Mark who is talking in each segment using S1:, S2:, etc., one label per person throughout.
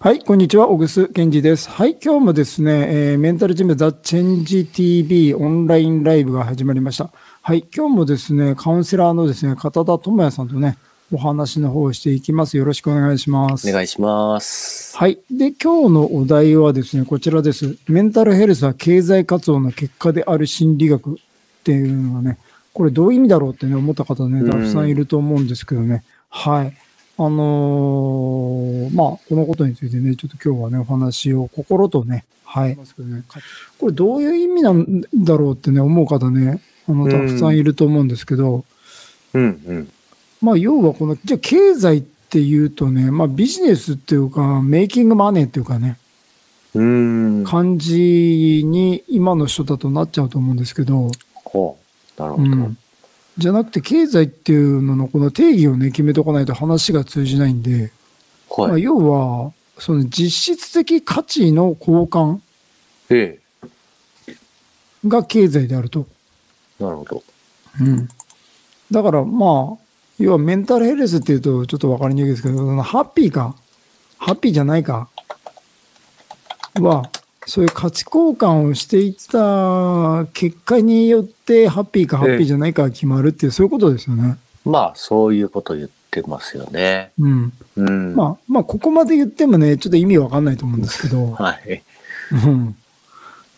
S1: はい、こんにちは、小楠健二です。はい、今日もですね、えーメンタルジムザ・チェンジ TV オンラインライブが始まりました。はい、今日もですね、カウンセラーのですね、片田智也さんとね、お話の方をしていきます。よろしくお願いします。
S2: お願いします。
S1: はい。で、今日のお題はですね、こちらです。メンタルヘルスは経済活動の結果である心理学っていうのがね、これどういう意味だろうってね、思った方ね、
S2: うん
S1: たくさんいると思うんですけどね。はい。あのーまあ、このことについてね、ちょっと今日はね、お話を心とね、はい。これどういう意味なんだろうってね、思う方ね、あの、たくさんいると思うんですけど、
S2: うんうん。
S1: まあ、要はこの、じゃあ経済っていうとね、まあビジネスっていうか、メイキングマネーっていうかね、
S2: うーん。
S1: 感じに今の人だとなっちゃうと思うんですけど、
S2: ほう。なるほ
S1: う
S2: ど。
S1: ん。じゃなくて経済っていうののこの定義をね、決めとかないと話が通じないんで、まあ、
S2: はい。
S1: 要は、その実質的価値の交換
S2: え
S1: が経済であると。
S2: え。なるほど。
S1: うん。だからまあ、要はメンタルヘルスっていうとちょっとわかりにくいですけど、そのハッピーか、ハッピーじゃないかは、そういう価値交換をしていった結果によって、ハッピーかハッピーじゃないかが決まるっていう、そういうことですよね。
S2: まあ、そういうこと言ってますよね。
S1: うん。
S2: うん。
S1: まあ、まあ、ここまで言ってもね、ちょっと意味わかんないと思うんですけど。
S2: はい。
S1: うん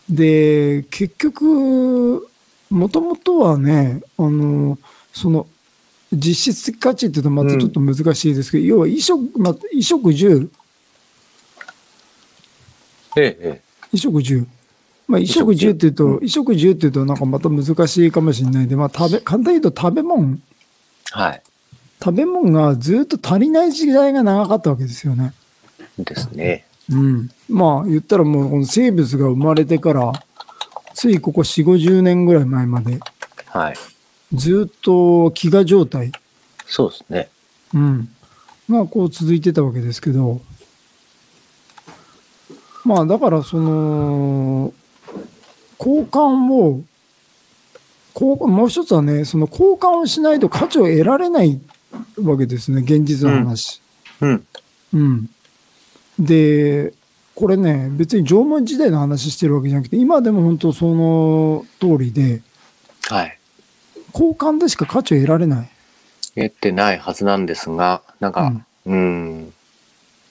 S1: で、結局、もともとはね、あの、その、実質的価値っていうとまたちょっと難しいですけど、要は衣食、まあ、衣食住、
S2: ええ、え
S1: 衣食住。まあ、衣食住っていうと、
S2: うん
S1: 衣食住っていうとなんかまた難しいかもしれないんで、まあ、食べ、簡単に言うと食べ物、
S2: え。はい。
S1: 食べ物がずっと足りない時代が長かったわけですよね。
S2: ですね。
S1: うん、まあ言ったらもうこの生物が生まれてからついここ4 5 0年ぐらい前まで
S2: はい。
S1: ずっと飢餓状態、
S2: そうですね。
S1: うん、がこう続いてたわけですけどまあだからその交換を交換もう一つはねその交換をしないと価値を得られないわけですね現実の話。
S2: うん。
S1: うん。で、これね、別に縄文時代の話してるわけじゃなくて、今でも本当その通りで、
S2: はい。
S1: 交換でしか価値を得られない。
S2: 言ってないはずなんですが、なんか、うん。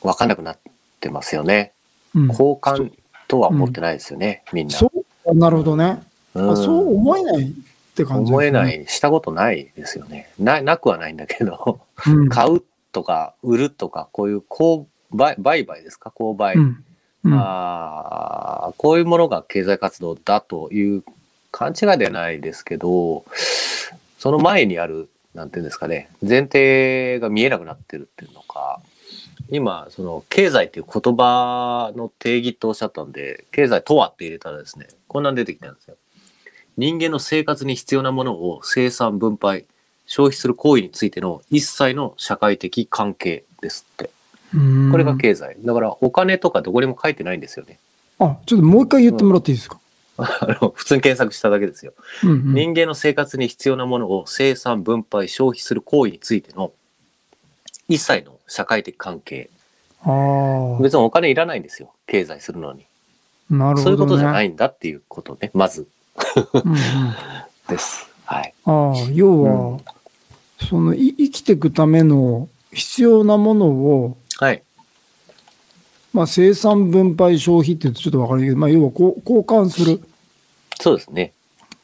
S2: わかんなくなってますよね。
S1: うん。
S2: 交換とは思ってないですよね、みんな。
S1: そう、なるほどね。
S2: うん
S1: あそう思えないって感じ、
S2: 思えな。い、したことないですよね。な、なくはないんだけど。
S1: うん。
S2: 買うとか売るとかこういう購買売買ですか購買、
S1: うん。うん
S2: あーこういうものが経済活動だという勘違いではないですけどその前にあるなんていうんですかね前提が見えなくなってるっていうのか今その経済っていう言葉の定義とおっしゃったんで経済とはって入れたらですねこんなん出てきたんですよ。人間の生活に必要なものを生産分配消費する行為についての一切の社会的関係ですって
S1: うん
S2: これが経済だからお金とかどこにも書いてないんですよね
S1: あ、ちょっともう一回言ってもらっていいですか。
S2: あの普通に検索しただけですよ
S1: うん、うん。
S2: 人間の生活に必要なものを生産分配消費する行為についての一切の社会的関係
S1: あ
S2: 別にお金いらないんですよ経済するのに、
S1: あ、なるほど、ね。。
S2: そういうことじゃないいんだっていうことねまず
S1: うんうん、
S2: ですはい
S1: ああ、要は、そのい生きていくための必要なものを、
S2: はい
S1: まあ、生産分配消費って言うとちょっと分かるけど、まあ、要はこう交換する、
S2: そうですね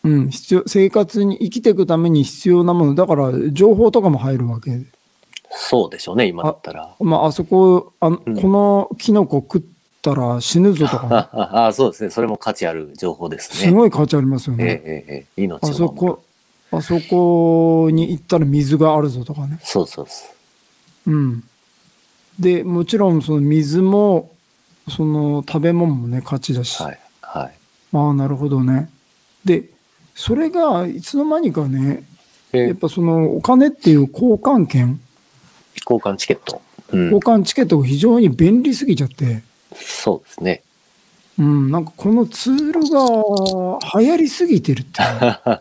S1: うん、必要生活に生きていくために必要なものだから情報とかも入るわけ、
S2: そうでしょうね今だったら
S1: まあ、あそこあ、
S2: ん
S1: このキノコ食ったら死ぬぞとか
S2: あああそうですねそれも価値ある情報ですね
S1: すごい価値ありますよ
S2: ええ
S1: ね、
S2: ええええ、命
S1: あ
S2: を
S1: そ
S2: 守る。
S1: こあそこに行ったら水があるぞとかね、
S2: そうそうそう。
S1: うん、でもちろんその水もその食べ物もね価値だし、
S2: はい。はい。
S1: ああなるほどねでそれがいつの間にかね
S2: え
S1: やっぱそのお金っていう交換券、
S2: 交換チケット。うん
S1: 交。換チケットが非常に便利すぎちゃって、
S2: そうですね。
S1: うん、なんかこのツールが流行りすぎてるっていう。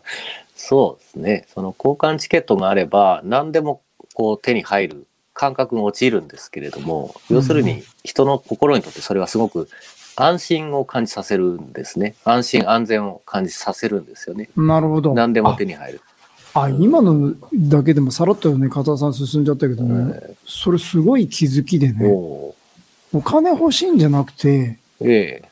S2: そうですね。その交換チケットがあれば、何でもこう手に入る感覚に陥るんですけれども、要するに人の心にとってそれはすごく安心を感じさせるんですね。安心安全を感じさせるんですよね。
S1: なるほど。
S2: 何でも手に入る。
S1: あ、あ今のだけでもさらっとね、片田さん進んじゃったけどね、
S2: え
S1: それすごい気づきで
S2: ー
S1: ね、
S2: も
S1: お金欲しいんじゃなくて、
S2: う、ええ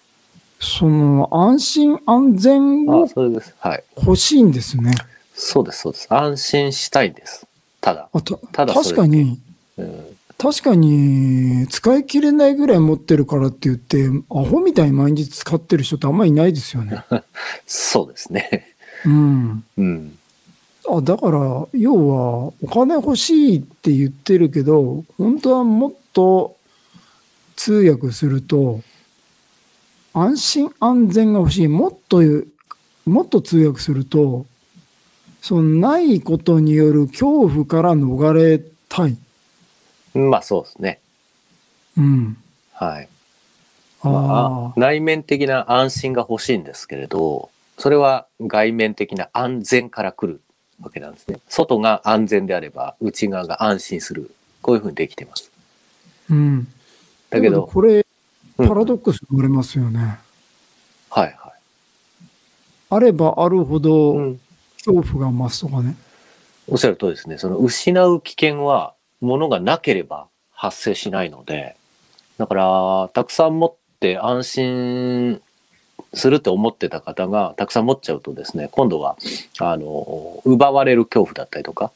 S1: その安心安全
S2: あ
S1: を
S2: それです。はい。
S1: 欲しいんですね。
S2: そうです、そうです。安心したいんです。ただ。
S1: あた
S2: ただそ
S1: 確
S2: れ
S1: かに、
S2: うん、
S1: 確かに使い切れないぐらい持ってるからって言って、アホみたいに毎日使ってる人ってあんまりいないですよ ね。
S2: そうですね。
S1: うん。
S2: うん。
S1: あだから、要は、お金欲しいって言ってるけど、本当はもっと通訳すると、安心安全が欲しい。もっと、もっと通訳すると、そのないことによる恐怖から逃れたい。
S2: まあそうですね。
S1: うん。
S2: はい。
S1: あ
S2: まあ、内面的な安心が欲しいんですけれど、それは外面的な安全から来るわけなんですね。外が安全であれば、内側が安心する。こういうふうにできてます。
S1: あ、うん。
S2: だけ
S1: けど
S2: ど、
S1: これ、パ
S2: う
S1: ラ
S2: ん
S1: ドックス生まれますよね。
S2: はいは
S1: あればあるほ
S2: い。う
S1: ど
S2: ん。
S1: 恐怖が増すとかね。
S2: おっしゃる通りですね。その失う危険は、物がなければ発生しないので、だから、たくさん持って安心すると思ってた方が、たくさん持っちゃうとですね、今度は、あの、奪われる恐怖だったりとか、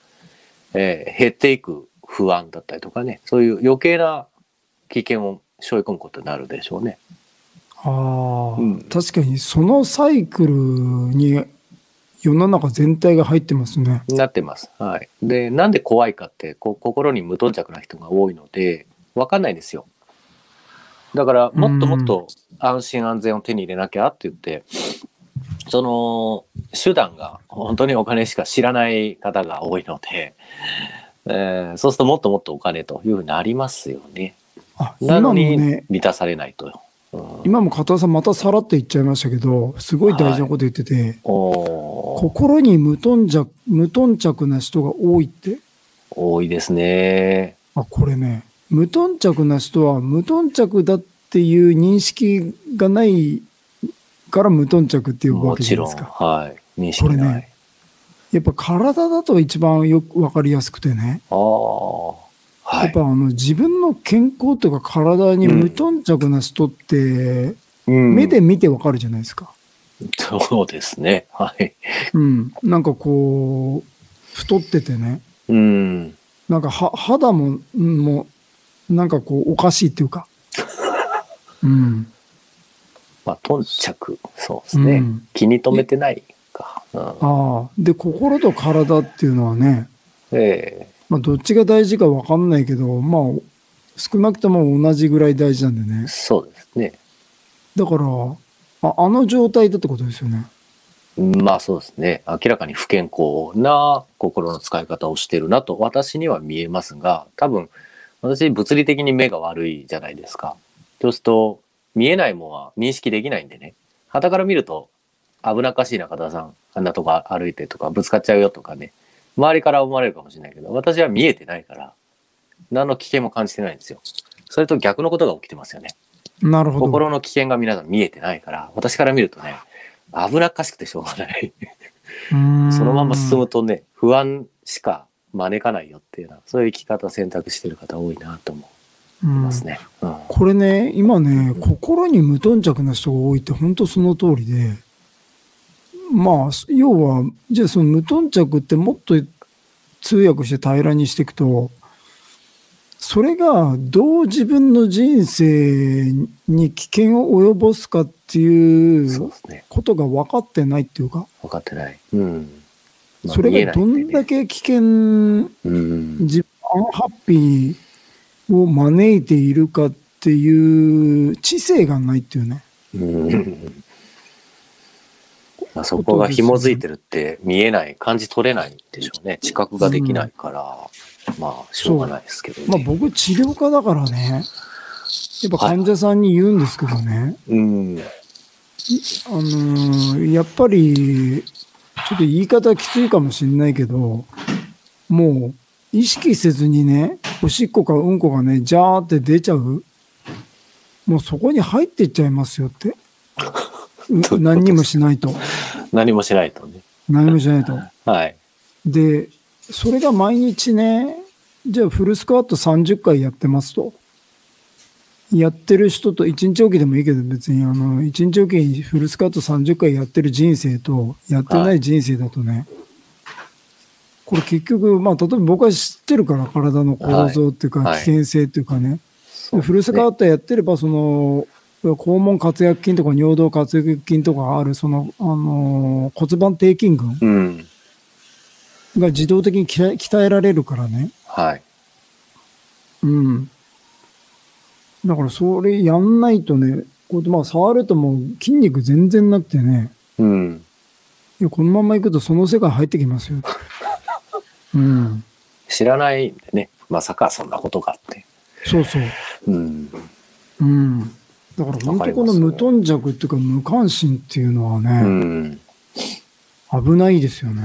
S2: えー減っていく不安だったりとかね、そういう余計な危険を背負い込むことになるでしょうね。
S1: ああ、
S2: うん
S1: 確かにそのサイクルに世の中全体が入ってますね。
S2: なってます。はい。で、なんで怖いかって、こう心に無頓着な人が多いので、わかんないんですよ。だから、もっともっと安心安全を手に入れなきゃって言って、その手段が本当にお金しか知らない方が多いので、えーそうするともっともっとお金というふうになりますよね。
S1: あ
S2: な
S1: 今
S2: の
S1: も
S2: に
S1: ね、
S2: 満たされないと。うん、
S1: 今も片田さんまたさらって言っちゃいましたけど、すごい大事なこと言ってて、
S2: おー
S1: 心に無頓着、無頓着な人が多いって、
S2: 多いですね。
S1: あ、これね、無頓着な人は無頓着だっていう認識がないから無頓着っていうわ
S2: も
S1: けじ
S2: ち
S1: ゃないで
S2: ろん、
S1: すか。
S2: はい。認識ない。
S1: やっぱ体だと一番よくわかりやすくてね。
S2: ああ。は
S1: やっ
S2: い。
S1: ぱあの自分の健康とか体に無頓着な人って、
S2: うん
S1: 目で見てわかるじゃないですか。
S2: そうですね。はい。
S1: うん。なんかこう、太っててね。
S2: うん。
S1: なんかは肌も、もう、なんかこう、おかしいっていう か。うん。
S2: まあ、頓着。そうですね。
S1: うん
S2: 気に留めてないか。うん、
S1: ああ。で、心と体っていうのはね、
S2: ええ
S1: まあ、どっちが大事かわかんないけど、まあ、少なくとも同じぐらい大事なんでね。
S2: そうですね。
S1: だから、ああの状態だってことですよね。
S2: まあそうですね。明らかに不健康な心の使い方をしてるなと私には見えますが、多分私物理的に目が悪いじゃないですか。そうすると見えないもんは認識できないんでね。傍から見ると危なっかしいな、片田さん。あんなとこ歩いてとかぶつかっちゃうよとかね。周りから思われるかもしれないけど、私は見えてないから、何の危険も感じてないんですよ。それと逆のことが起きてますよね。
S1: なるほど。
S2: 心の危険が皆さん見えてないから、私から見るとね、危なっかしくてしょうがない。
S1: うーん
S2: そのまま進むとね、不安しか招かないよっていうような、そういう生き方選択してる方多いなと思いますね。うん。
S1: うんこれね、今ね、心に無頓着な人が多いって本当その通りで、まあ、要は、じゃあその無頓着ってもっと通訳して平らにしていくと、それがどう自分の人生に危険を及ぼすかってい
S2: そう
S1: う
S2: ですね。
S1: ことが分かってないっていうか、
S2: 分かってない。うん。まあ
S1: それがどんだ、け危険
S2: 見えないんでね
S1: 自分アンハッピーを招いているかっていう知性がないっていうね。
S2: うん。うん。まあ、そこが紐づいてるって見えない、感じ取れないんでしょうね。知覚ができないから、まあ、しょうがないですけど、ね。
S1: まあ僕治療家だからね、やっぱ患者さんに言うんですけどね、
S2: うん。
S1: あのーやっぱり、ちょっと言い方きついかもしれないけど、もう意識せずにね、おしっこかうんこがね、ジャーって出ちゃう。もうそこに入ってっちゃいますよって。う何にもしないと。
S2: 何もしないとね。
S1: 何もしないと。
S2: はい。
S1: で、それが毎日ね、じゃあフルスクワット30回やってますと。やってる人と、1日おきでもいいけど、別に、あの、1日おきにフルスクワット30回やってる人生と、やってない人生だとね、これ結局、まあ、例えば僕は知ってるから、体の構造っていうか、
S2: はい
S1: 危険性っていうかね、
S2: そうですね
S1: フルスカウトやってれば、その、肛門括約筋とか尿道括約筋とかある、その、あのー骨盤底筋群
S2: うん。
S1: が自動的に鍛え鍛えられるからね。
S2: はい。
S1: うん。だからそれやんないとね、こうやってまあ触るともう筋肉全然なくてね、
S2: うん。
S1: いやこのまま行くとその世界入ってきますよ。うん。
S2: 知らないんでね。まさかそんなことがあって。
S1: そうそう。
S2: うん。
S1: うん。だから本当この無頓着っていうか無関心っていうのは
S2: う
S1: ね、
S2: ん。
S1: 危ないですよね。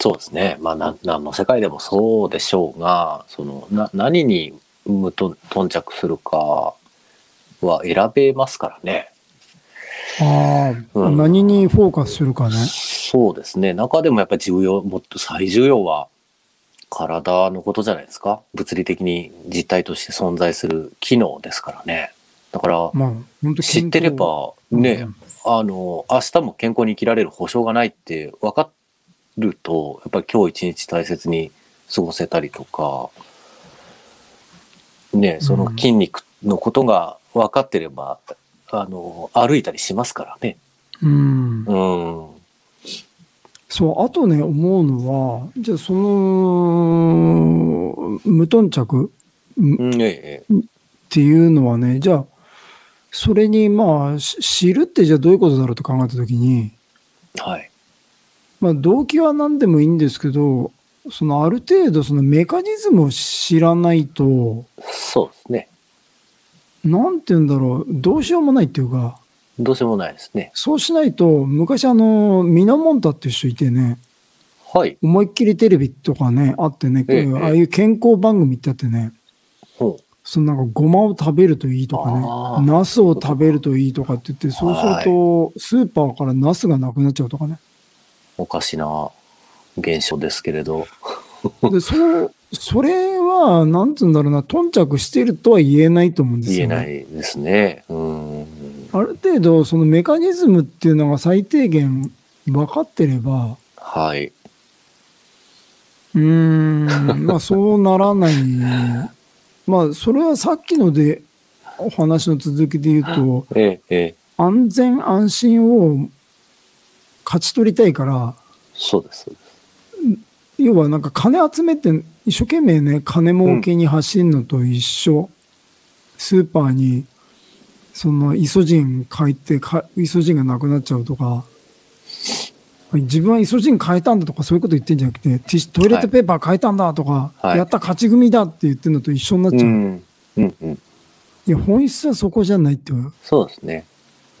S2: そうですね。まあ、なん、なんの世界でもそうでしょうが、その、な、何に無頓頓着するかは選べますからね。
S1: ああ、
S2: うん
S1: 何にフォーカスするかね。
S2: そうですね。中でもやっぱり重要、もっと最重要は、体のことじゃないですか。物理的に実体として存在する機能ですからね。だから、
S1: まあ、本当
S2: 知ってれば、ね、あの、明日も健康に生きられる保証がないって分かると、やっぱり今日一日大切に過ごせたりとか、ね、その筋肉のことが分かってれば、あの、歩いたりしますからね。
S1: うん。
S2: うん。
S1: そう、あとね、思うのは、じゃあその、無頓着っ
S2: うん、ええええ、
S1: ていうのはね、じゃあ、それに、まあ、し知るってじゃあどういうことだろうと考えたときに、
S2: はい。
S1: まあ、動機は何でもいいんですけど、そのある程度そのメカニズムを知らないと、
S2: そうですね。
S1: なんて言うんだろう、どうしようもないっていうか、
S2: どうしようもないですね。
S1: そうしないと、昔あの、ミノモンタっていう人いてね、
S2: はい。
S1: 思いっきりテレビとかね、あってね、
S2: ええ
S1: ああいう健康番組ってあってね、
S2: ほ
S1: そのなんかごまを食べるといいと
S2: あ
S1: か
S2: あ
S1: ね、ナスを食べるといいとかって言って、そうすると、スーパーからナスがなくなっちゃうと かね。
S2: うおかしな現象ですけれど。
S1: で、そ、それは、なんつうんだろうな、頓着してるとは言えないと思うんです
S2: 言え
S1: よね。
S2: ないですね。うん。
S1: ある程度、そのメカニズムっていうのが最低限分かってれば、
S2: はい。
S1: うー ん、まあそうならない。まあそれはさっきので、お話の続きで言うと、
S2: ええ、ええ、
S1: 安全安心を勝ち取りたいから、
S2: そうです。そうです
S1: 要はなんか金集めて、一生懸命ね、金儲けに走るのと一緒。スーパーに、その、イソジン買いってか、イソジンがなくなっちゃうとか、自分はイソジン変えたんだとかそういうこと言ってんじゃなくて、ティッシュトイレットペーパー変えたんだとか、
S2: はい
S1: やった勝ち組だって言ってんのと一緒になっ
S2: う
S1: ちゃう。
S2: ん。うん、うん。
S1: いや、本質はそこじゃないっていう。
S2: そうですね。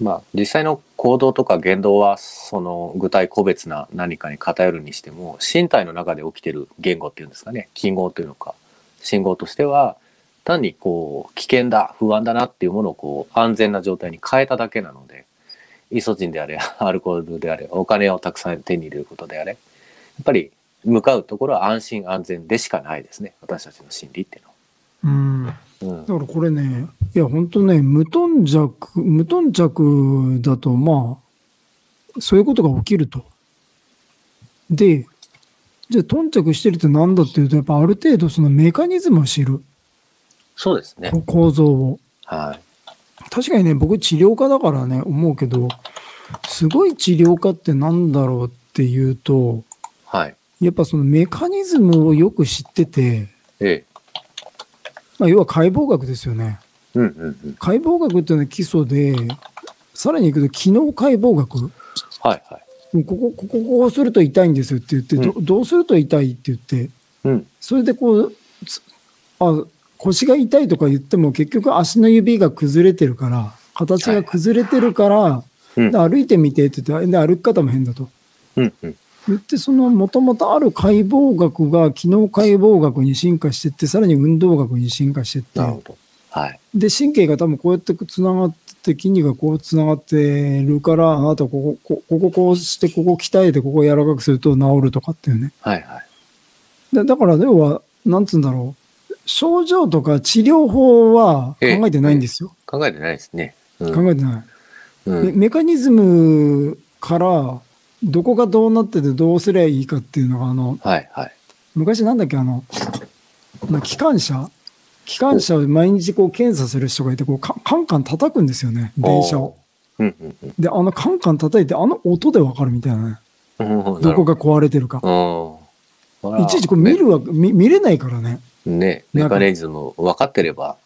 S2: まあ、実際の行動とか言動は、その具体個別な何かに偏るにしても、身体の中で起きてる言語っていうんですかね、記号というのか、信号としては、単にこう、危険だ、不安だなっていうものをこう、安全な状態に変えただけなので、イソジンであれ、 アルコールであれ、お金をたくさん手に入れることであれ、やっぱり向かうところは安心安全でしかないですね、私たちの心理って
S1: うん。だ
S2: いうのは。
S1: からこれね、いや、本当ね、無頓着、無頓着だと、まあ、そういうことが起きると。で、じゃあ、頓着してるって何だっていうと、やっぱある程度そのメカニズムを知る。
S2: そうですね。
S1: こ構造を。
S2: はい。
S1: 確かにね、僕治療家だからね、思うけど、すごい治療家って何だろうっていうと、
S2: はい。
S1: やっぱそのメカニズムをよく知ってて、
S2: ええ。
S1: まあ、要は解剖学ですよね。
S2: うんうんうん。
S1: 解剖学っていうのは基礎で、さらにいくと機能解剖学。
S2: はいはい。
S1: ここ、ここ、こうすると痛いんですよって言って、ど
S2: う
S1: どうすると痛いって言って、
S2: うん。
S1: それでこう、つあ、腰が痛いとか言っても結局足の指が崩れてるから、形が崩れてるから、
S2: うん
S1: で歩いてみてって言って、で歩き方も変だと。
S2: うんうん。
S1: 言って、そのもともとある解剖学が機能解剖学に進化してって、さらに運動学に進化してって、
S2: なるほど。はい。
S1: で、神経が多分こうやってつながってて、筋肉がこうつながってるから、あなたここ、ここ、こここうして、ここ鍛えて、ここ柔らかくすると治るとかっていうね。
S2: はいはい。
S1: でだから、要は、なんつうんだろう。症状とか治療法は考えてないんですよ。
S2: 考えてないですね。うん。
S1: 考えてない。
S2: う
S1: メ
S2: ん、
S1: メカニズムから、どこがどうなっててどうすりゃいいかっていうのが、あの、
S2: はいはい。
S1: 昔なんだっけ、あの、まあ機関車機関車を毎日こう検査する人がいて、こうカンカンカン叩くんですよね、電車を。
S2: おー。うんうんうん
S1: で、あのカンカン叩いて、あの音でわかるみたいなね。
S2: うん。
S1: どこ
S2: が
S1: が壊れてるか。
S2: うんあら。
S1: いちいちこう見るわ、見見れないからね。
S2: ね。ね、メカニズム分かってれば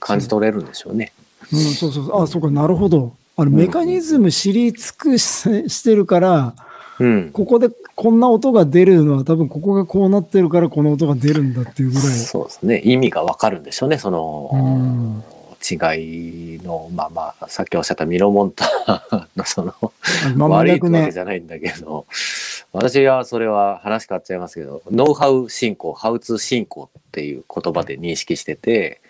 S2: 感じ取れるんでしょうね。
S1: うん、そうそうそう。あ、そうか、なるほど。あの、メカニズム知り尽くししてるから、
S2: うん。
S1: ここでこんな音が出るのは多分ここがこうなってるからこの音が出るんだっていうぐらい。
S2: そうですね。意味が分かるんでしょうね。そ
S1: うん
S2: の、違いの、まあまあ、さっきおっしゃったミロモンタのその、
S1: あまあ、
S2: 悪
S1: 全
S2: いって
S1: く
S2: わけ
S1: ね
S2: じ。ゃないんだけど、私はそれは話変わっちゃいますけど、ノウハウ進行、ハウツー進行っていう言葉で認識してて、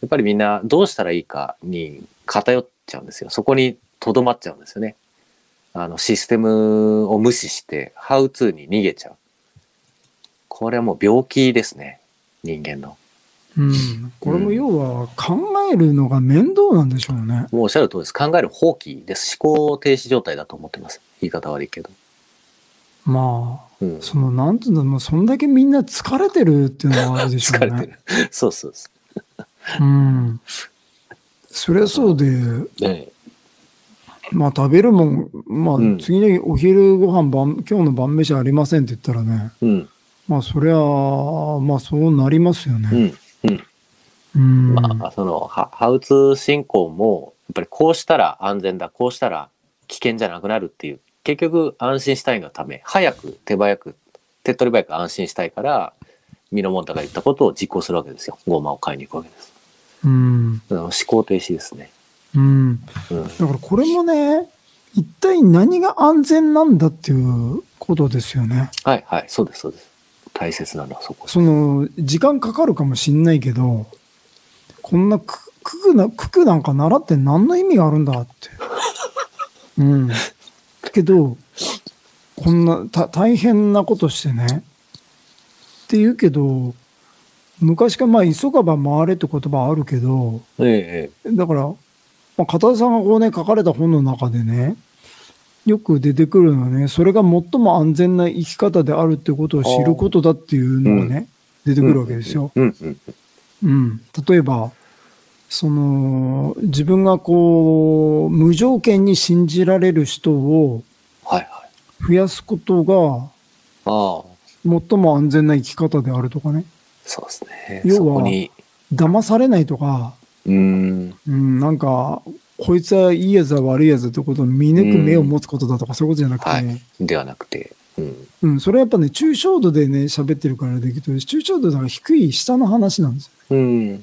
S2: やっぱりみんなどうしたらいいかに偏っちゃうんですよ。そこにとどまっちゃうんですよね。あの、システムを無視して、ハウツーに逃げちゃう。これはもう病気ですね。人間の。
S1: うん。これも要は考えるのが面倒なんでしょうね。
S2: もうおっしゃる通りです。考える放棄です。思考停止状態だと思ってます。言い方悪いけど。
S1: まあ、
S2: うん。
S1: その、なんていうんだろう、まあそんだけみんな疲れてるっていうのはあるでしょ
S2: 疲
S1: うね。
S2: れてる。そうそうそ
S1: うん。そりゃそうで、
S2: う。ね
S1: まあ食べるもん、ま
S2: う
S1: あ
S2: ん
S1: 次の日お昼ご飯晩、今日の晩飯ありませんって言ったらね、
S2: うん。
S1: まあそりゃ、まあそうなりますよ
S2: う
S1: ね。
S2: ん、
S1: うん。
S2: まあそのハハウツー進行もやっぱりこうしたら安全だこうしたら危険じゃなくなるっていう結局安心したいのため早く手早く手っ取り早く安心したいからミノモンタが言ったことを実行するわけですよゴーマを買いに行くわけです
S1: うん。
S2: うん思考停止ですね、
S1: うん。
S2: うん、
S1: だからこれもね、一体何が安全なんだっていうことですよね。
S2: はいはいそうですそうです大切なのはそこ
S1: その、時間かかるかもしんないけど、こんなく、くくな、くくなんか習って何の意味があるんだって。うん。けど、こんな、た、大変なことしてね。って言うけど、昔からまあ、急がば回れって言葉あるけど、
S2: ええ
S1: だから、まあ、片田さんがこうね、書かれた本の中でね、よく出てくるのはね、それが最も安全な生き方であるってことを知ることだっていうのがね、出てくるわけですよ。
S2: うんうん
S1: うん。例えば、その、自分がこう、無条件に信じられる人を
S2: はいはい
S1: 増やすことが、
S2: ああ
S1: 最も安全な生き方であるとかね、
S2: そうですね
S1: 要は
S2: そこに
S1: 騙されないとか、
S2: うん
S1: うん、なんか、こいつはいいやつは悪いやつだってことを見抜く目を持つことだとか、そういうことじゃなくて、
S2: はいではなくてうん
S1: うん、それはやっぱね、抽象度でね、喋ってるからできる抽象度だから低い下の話なんです
S2: うん
S1: よ。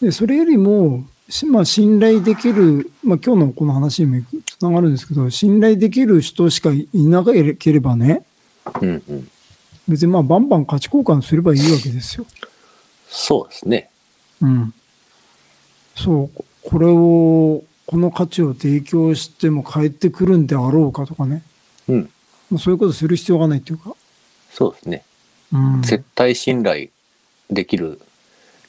S1: で、それよりも、しまあ、信頼できる、まあ、今日のこの話にもつながるんですけど、信頼できる人しかいなければね、
S2: うんうん
S1: 別にまあ、バンバン価値交換すればいいわけですよ。
S2: そうですね
S1: うん。そう、ここれを、この価値を提供しても返ってくるんであろうかとかね。
S2: うん
S1: もうそういうことする必要がないっていうか。
S2: そうですね
S1: うん。
S2: 絶対信頼できる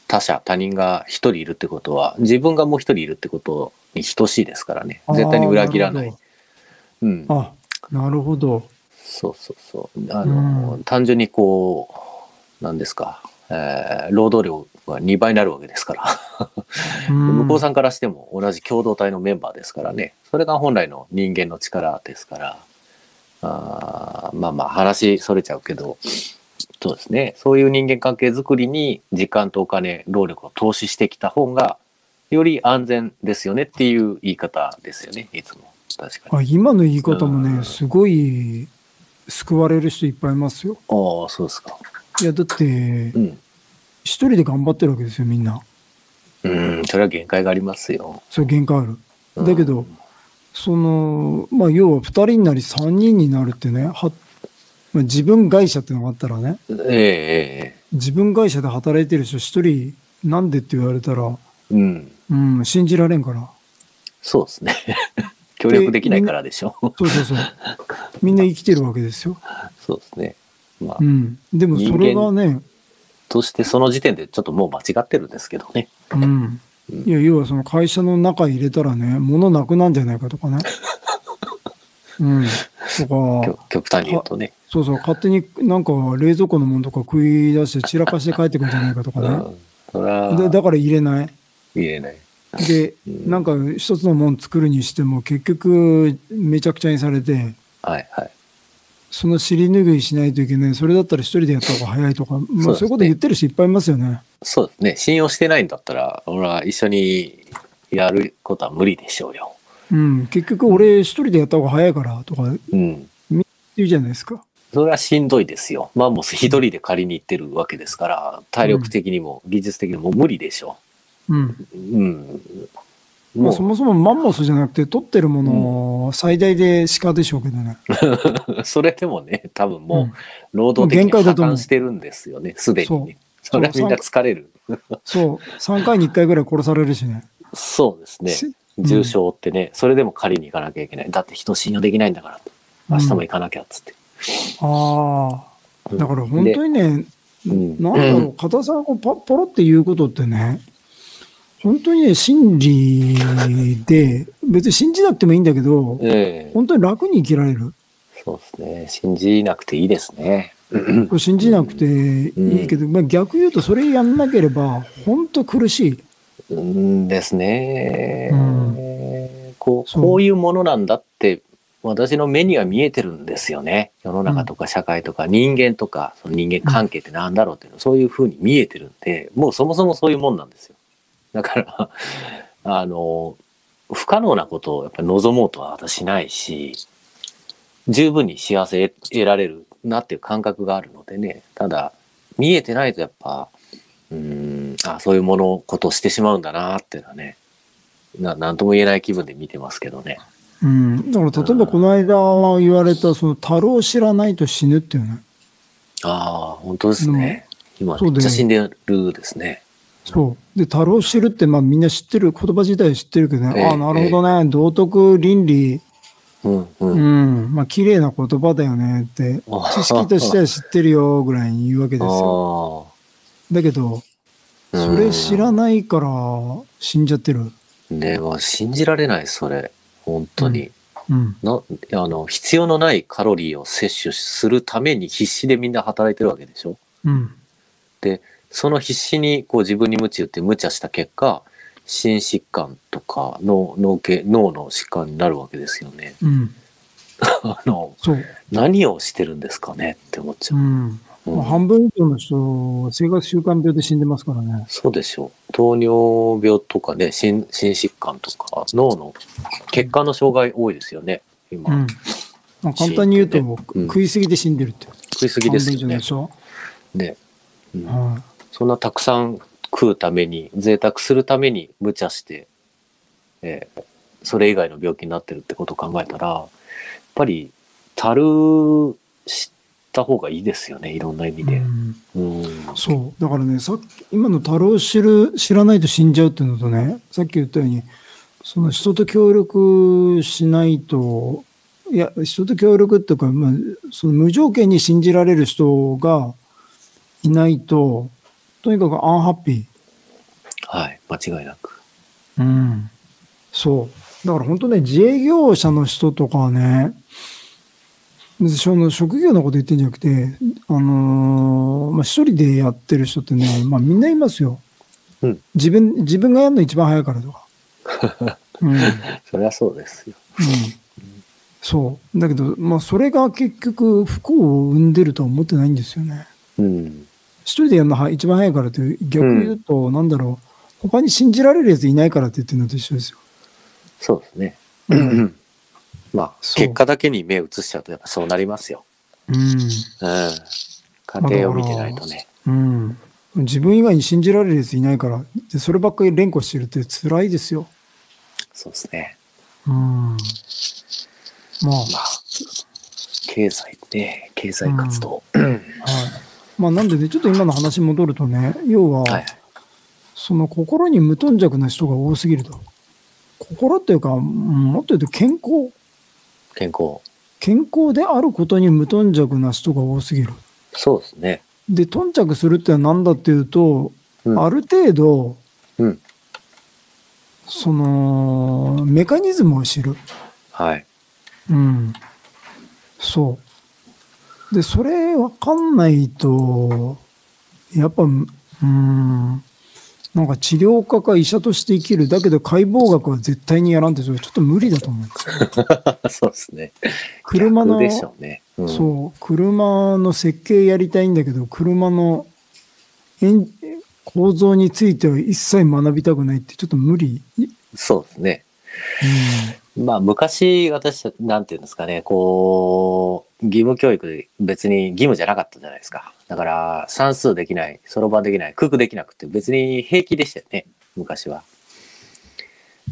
S2: 他者他人が一人いるってことは自分がもう一人いるってことに等しいですからね絶対に裏切らないうん
S1: あー。なるほど
S2: そうそうそうあの、単純にこう何ですか、えー労働量が2倍になるわけですから、
S1: あうん
S2: 向こうさんからしても同じ共同体のメンバーですからねそれが本来の人間の力ですからあーまあまあ話それちゃうけどそうですねそういう人間関係づくりに時間とお金労力を投資してきた方がより安全ですよねっていう言い方ですよねいつも確かに。
S1: あ、今の言い方も
S2: う
S1: ね、
S2: ん
S1: すごい救われる人いっぱいいますよ。
S2: ああそうですか。
S1: いや、だって
S2: う、ん。
S1: 一人で頑張ってるわけですよ、みんな。
S2: うんそれは限界がありますよ。
S1: それ限界ある。
S2: うん
S1: だけど、その、まあ、要は二人になり三人になるってね、はまあ自分会社っていうのがあったらね、
S2: えええ
S1: 自分会社で働いてる人一人、なんでって言われたら、
S2: えうん。
S1: うん、信じられんから。
S2: そうですね。 協力できないからでしょ。
S1: そうそう そう。みんな生きてるわけですよ。
S2: そうですね。まあ
S1: う、ん。でもそれがね、
S2: としてその時点でちょっともう間違ってるんですけどね。
S1: うん。いや、要はその会社の中入れたらね、物なくなんじゃないかとか ね。うん。とか
S2: 極、極端に言うとね。
S1: そうそう、勝手になんか冷蔵庫のものとか食い出して散らかして帰ってくんじゃないかとか
S2: う
S1: ね。
S2: ん。それは
S1: でだから入れない。
S2: 言えない。
S1: で、
S2: うん
S1: なんか一つのもの作るにしても結局めちゃくちゃにされて、
S2: はいはい。
S1: その尻拭いしないといけない。それだったら一人でやった方が早いとか、ま
S2: そうです
S1: あ
S2: ね
S1: そういうこと言ってる人いっぱいいますよね。
S2: そうですね。信用してないんだったら、俺は一緒にやることは無理でしょうよ。
S1: うん。結局俺一人でやった方が早いからとか
S2: うん。
S1: 言うじゃないですか。
S2: それはしんどいですよ。マンモス一人で借りに行ってるわけですから、体力的にも技術的にも無理でしょ
S1: うん。
S2: う。うん。
S1: ま
S2: も
S1: あ、そもそもマンモスじゃなくて取ってるものを最大で鹿でしょうけどね。
S2: う、 それでもね、多分
S1: う
S2: も
S1: ん
S2: う、労働的に
S1: もう限界
S2: 破
S1: だと思う
S2: 綻してるんですよね、すでにね。
S1: そ
S2: そうれはみんな疲れる。
S1: そう。3回に1回ぐらい殺されるしね。
S2: そうですね。
S1: しうん
S2: 重症ってね、それでも借りに行かなきゃいけない。だって人信用できないんだから。明日も行かなきゃっつって。
S1: ああ。だから本
S2: で
S1: 当にね、
S2: うん
S1: なんだろう、片さんがポポロって言うことってね、本当にね、心理で、別に信じなくてもいいんだけど、
S2: ええ
S1: 本当に楽に生きられる。
S2: そうですね。信じなくていいですね。うん
S1: これ信じなくていいけど、まあ、逆言うとそれやんなければ、本当苦しい。
S2: うんですね、こう。
S1: そう
S2: こういうものなんだって、私の目には見えてるんですよね。世の中とか社会とか人間とか、その人間関係ってなんだろうっていうの、そういうふうに見えてるんで、もうそもそもそういうもんなんですよ。だから、 あの、不可能なことをやっぱり望もうとは私しないし、十分に幸せ得られるなっていう感覚があるのでね、ただ、見えてないとやっぱ、うーん、あそういうもの、ことをしてしまうんだなっていうのはね、ななんとも言えない気分で見てますけどね。
S1: うん。だから例えばこの間言われた、その、太郎を知らないと死ぬっていうね。
S2: ああ、本当ですね。今、めっちゃ死んでるですね。
S1: そう。で、太郎を知るって、まあみんな知ってる、言葉自体知ってるけどね、
S2: ええ
S1: ああ、なるほどね、道徳、倫理、
S2: うん、うん。
S1: うん、まあ綺麗な言葉だよね って、
S2: あ
S1: 知識としては知ってるよぐらいに言うわけです よ。
S2: あ
S1: だけど、
S2: あ、
S1: それ知ら
S2: ん。
S1: ないから死んじゃってる。
S2: ねもう信じられない、それ。本当に。
S1: うん。
S2: なあの必要のないカロリーを摂取するために必死でみんな働いてるわけでしょ
S1: うん。
S2: その必死にこう自分に無知打って無茶した結果心疾患とか脳脳系脳の疾患になるわけですよね
S1: うん。
S2: あの
S1: そう。
S2: 何をしてるんですかねって思っち
S1: う
S2: ゃ
S1: ん。
S2: う、
S1: まあ、
S2: うん
S1: 半分以上の人は生活習慣病で死んでますからね。
S2: そうでしょう糖尿病とかね心心疾患とか脳の血管の障害多いですよね
S1: う
S2: 今、
S1: ん。まあ、簡単に言うと、
S2: 死んでうん
S1: 食いすぎて死んでるって。
S2: 食い過ぎです
S1: 半分以上
S2: よ
S1: の
S2: ね
S1: 人は。
S2: ね、うん
S1: は
S2: そんなたくさん食うために、贅沢するために無茶して、えーそれ以外の病気になってるってことを考えたら、やっぱり、たるした方がいいですよね、いろんな
S1: い。
S2: 意味
S1: う
S2: で。
S1: ん
S2: うん。
S1: そう。だからね、さっき、今の太郎を知る、知らないと死んじゃうっていうのとね、さっき言ったように、その人と協力しないと、いや、人と協力っていうか、まあ、その無条件に信じられる人がいないと、とにかくアンハッピ
S2: はい、間違いなく。
S1: ー。うん。そう。だから本当ね、自営業者の人とかはね、その職業のこと言ってんじゃなくて、あのーまあ、一人でやってる人ってね、まあみんないますよ。
S2: うん
S1: 自分、自分がやるの一番早いからとか。うん。うん。
S2: そりゃそうですよ。
S1: そう。だけど、まあそれが結局不幸を生んでるとは思ってないんですよね。
S2: うん。
S1: 一人でやるのは一番早いからという、逆に言うと、なんだろう、他に信じられるやついないからって言ってるのと一緒ですよ。
S2: そうですね。
S1: う
S2: まあ、
S1: そう
S2: 結果だけに目移しちゃうと、やっぱそうなりますよ。
S1: う
S2: うん。家庭を見てないとね。
S1: ん。うん。自分以外に信じられるやついないから、でそればっかり連呼してるって辛いですよ。
S2: そうですね。
S1: うん。まあ、
S2: まあ、経済ね、経済活動。
S1: はい。まあ、なんでね、ちょっと今の話に戻るとね、要は、
S2: はい。
S1: その心に無頓着な人が多すぎると。心っていうか、うんもっと言うと健康。
S2: 健康。
S1: 健康であることに無頓着な人が多すぎる。
S2: そうですね。
S1: で、頓着するってのは何だっていうと、
S2: うん
S1: ある程度、
S2: うん。
S1: その、メカニズムを知る。
S2: はい。
S1: うん。そう。で、それわかんないと、やっぱ、うん、なんか治療家か医者として生きる。だけど解剖学は絶対にやらんって、それちょっと無理だと思う。
S2: そうですね。
S1: 車の
S2: 逆、でしょうね。うん、
S1: そう、車の設計やりたいんだけど、車のエン構造については一切学びたくないって、ちょっと無理。い
S2: そうですね。まあ昔私たちなんていうんですかねこう義務教育で別に義務じゃなかったじゃないですかだから算数できないそろばんできない空空できなくて別に平気でしたよね昔は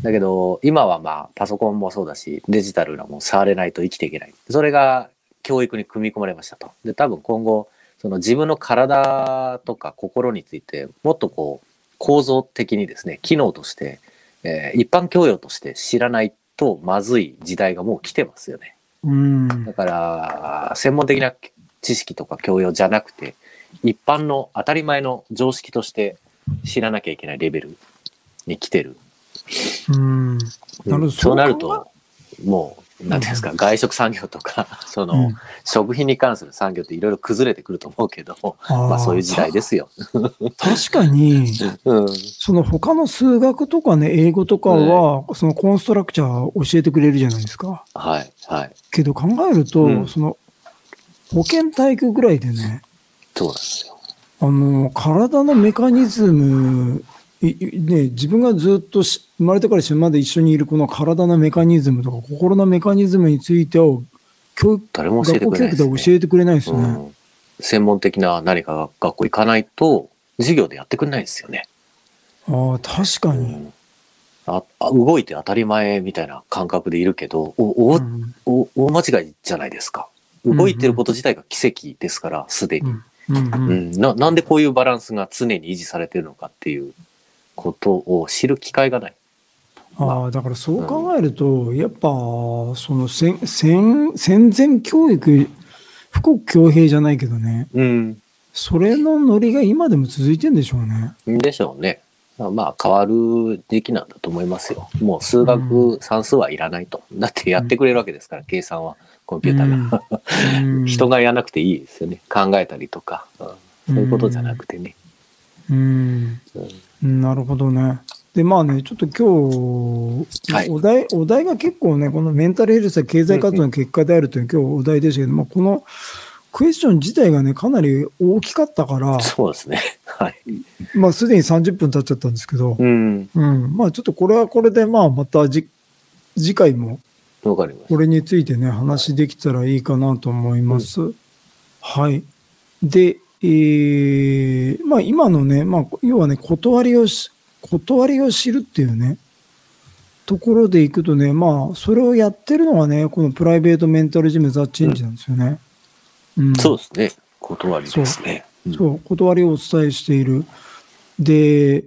S2: だけど今はまあパソコンもそうだしデジタルなもん触れないと生きていけないそれが教育に組み込まれましたとで多分今後その自分の体とか心についてもっとこう構造的にですね機能としてえー一般教養として知らないとまずい時代がもう来てますよね。
S1: うん。う
S2: だ
S1: ん。
S2: から、専門的な知識とか教養じゃなくて、一般の当たり前の常識として知らなきゃいけないレベルに来てる。
S1: うん。なるほど
S2: そうなる
S1: そう考
S2: と、もう、なんていうんですか、外食産業とか、その、
S1: うん
S2: 食品に関する産業っていろいろ崩れてくると思うけど、ま
S1: あー
S2: あそういう時代ですよ。
S1: た確かに、
S2: うん。
S1: その他の数学とかね、英語とかは、そのコンストラクチャー教えてくれるじゃないですか。
S2: はい、はい。
S1: けど考えると、
S2: うん
S1: その、保健体育ぐらいでね、
S2: そうなんですよ。
S1: あの、体のメカニズム、いいね、自分がずっとし生まれてから死ぬまで一緒にいるこの体のメカニズムとか心のメカニズムについてを教育、
S2: 誰も教えて
S1: 学
S2: く
S1: 校
S2: れ
S1: 教育
S2: ないで、
S1: ですは
S2: ね。
S1: 教えてくれないですね。
S2: うん、専門的な何か学校行かないと授業でやってくれないですよね。
S1: ああ、確か
S2: う
S1: に。
S2: んああ動いて当たり前みたいな感覚でいるけどおお、
S1: うん
S2: お大間違いじゃないですか。動いてること自体が奇跡ですからすで
S1: う
S2: に、
S1: んうん
S2: うん
S1: うん
S2: な。なんでこういうバランスが常に維持されてるのかっていうことを知る機会がない。
S1: ああ、だからそう考えると、やっぱ、その戦、戦、戦前教育、富国強兵じゃないけどね、
S2: うん、
S1: それのノリが今でも続いてんでしょうね。
S2: でしょうね。まあ変わる時期なんだと思いますよ。もう数
S1: う
S2: 学算数はいらないと。だってやってくれるわけですから、計算はコンピューターが。
S1: うんうん
S2: 人がやらなくていいですよね考えたりとか、うんそういうことじゃなくてね、
S1: うん。
S2: うん
S1: なるほどね。で、まあね、ちょっと今日、
S2: はい
S1: お題、お題が結構ね、このメンタルヘルスは経済活動の結果であるという今日お題でしたけど、まあ、このクエスチョン自体がね、かなり大きかったから、
S2: そうですね はい、
S1: まあすでに30分経っちゃったんですけど、
S2: うん、
S1: うん、まあちょっとこれはこれで、まあまたじ次回も
S2: わかりまし
S1: これについてね、話できたらいいかなと思います。はい。で、えーまあ今のね、まあ要はね、断りをし、断りを知るっていうね、ところでいくとね、まあそれをやってるのがね、このプライベートメンタルジムザ・チェンジなんですよね。うん
S2: たそうですね断りですねうん
S1: そう、断りをお伝えしている。で、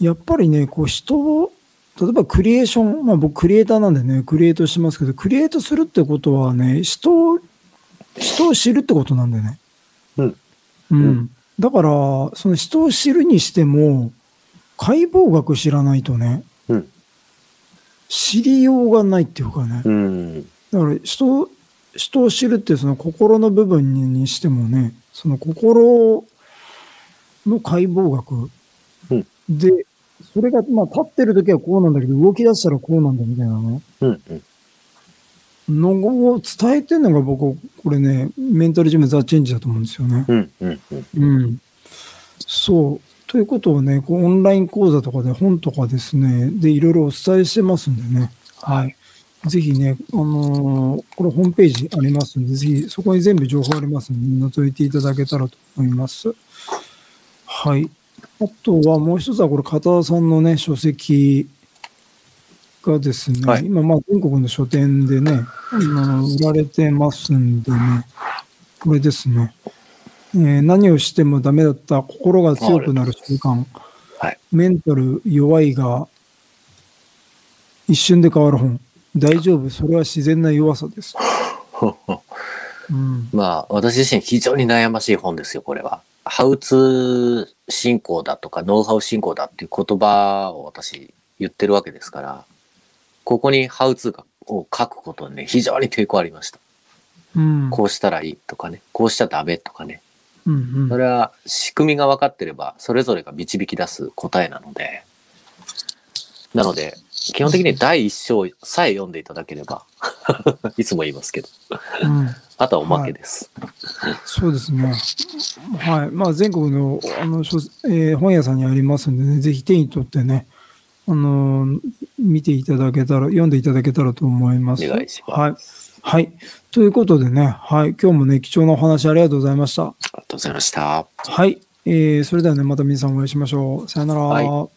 S1: やっぱりね、こう人を、例えばクリエーション、まあ僕クリエイターなんでね、クリエイトしますけど、クリエイトするってことはね、人を、人を知るってことなんだよね。
S2: うん
S1: うん。
S2: うん
S1: だから、その人を知るにしても、解剖学知らないとね、
S2: うん
S1: 知りようがないっていうかね。
S2: うん
S1: だから人を、人を知るってその心の部分ににしてもね、その心の解剖学。
S2: うん
S1: で、それが、まあ立ってる時はこうなんだけど、動き出したらこうなんだみたいなね。
S2: うんうん
S1: のを伝えてるのが僕、これね、メンタルジムザ・チェンジだと思うんですよね。
S2: うんうんうん
S1: うん。そう。ということをね、こうオンライン講座とかで本とかですね、で、いろいろお伝えしてますんでね。はい。ぜひね、あのーこれホームページありますんで、ぜひそこに全部情報ありますので、覗いていただけたらと思います。はい。あとはもう一つは、これ、片田さんのね、書籍がですね、
S2: はい
S1: 今、まあ、全国の書店でね、あの売られてますんでね、これですね、えー何をしてもダメだった心が強くなる習慣、
S2: はい
S1: メンタル弱いが一瞬で変わる本、大丈夫、それは自然な弱さです。うん、
S2: まあ、私自身非常に悩ましい本ですよ、これは。ハウツー進行だとか、ノウハウ進行だっていう言葉を私言ってるわけですから、ここにハウツーを書くことにね、非常に抵抗ありました。
S1: うん、
S2: こうしたらいいとかね、こうしちゃダメとかね。
S1: うん、う
S2: そ
S1: ん、
S2: れは仕組みが分かってれば、それぞれが導き出す答えなので。なので、基本的に第一章さえ読んでいただければ、 いつも言いますけど、
S1: うん。
S2: あとはおまけです。
S1: そうですね。はい。まあ、全国のあの書、えー本屋さんにありますんでね、ぜひ手に取ってね、あのー見ていただけたら、読んでいただけたらと思います。
S2: お願いします。
S1: はい。はい。ということでね、はい。今日もね、貴重なお話ありがとうございました。
S2: ありがとうございました。
S1: はい。えーそれではね、また皆さんお会いしましょう。さよなら。
S2: はい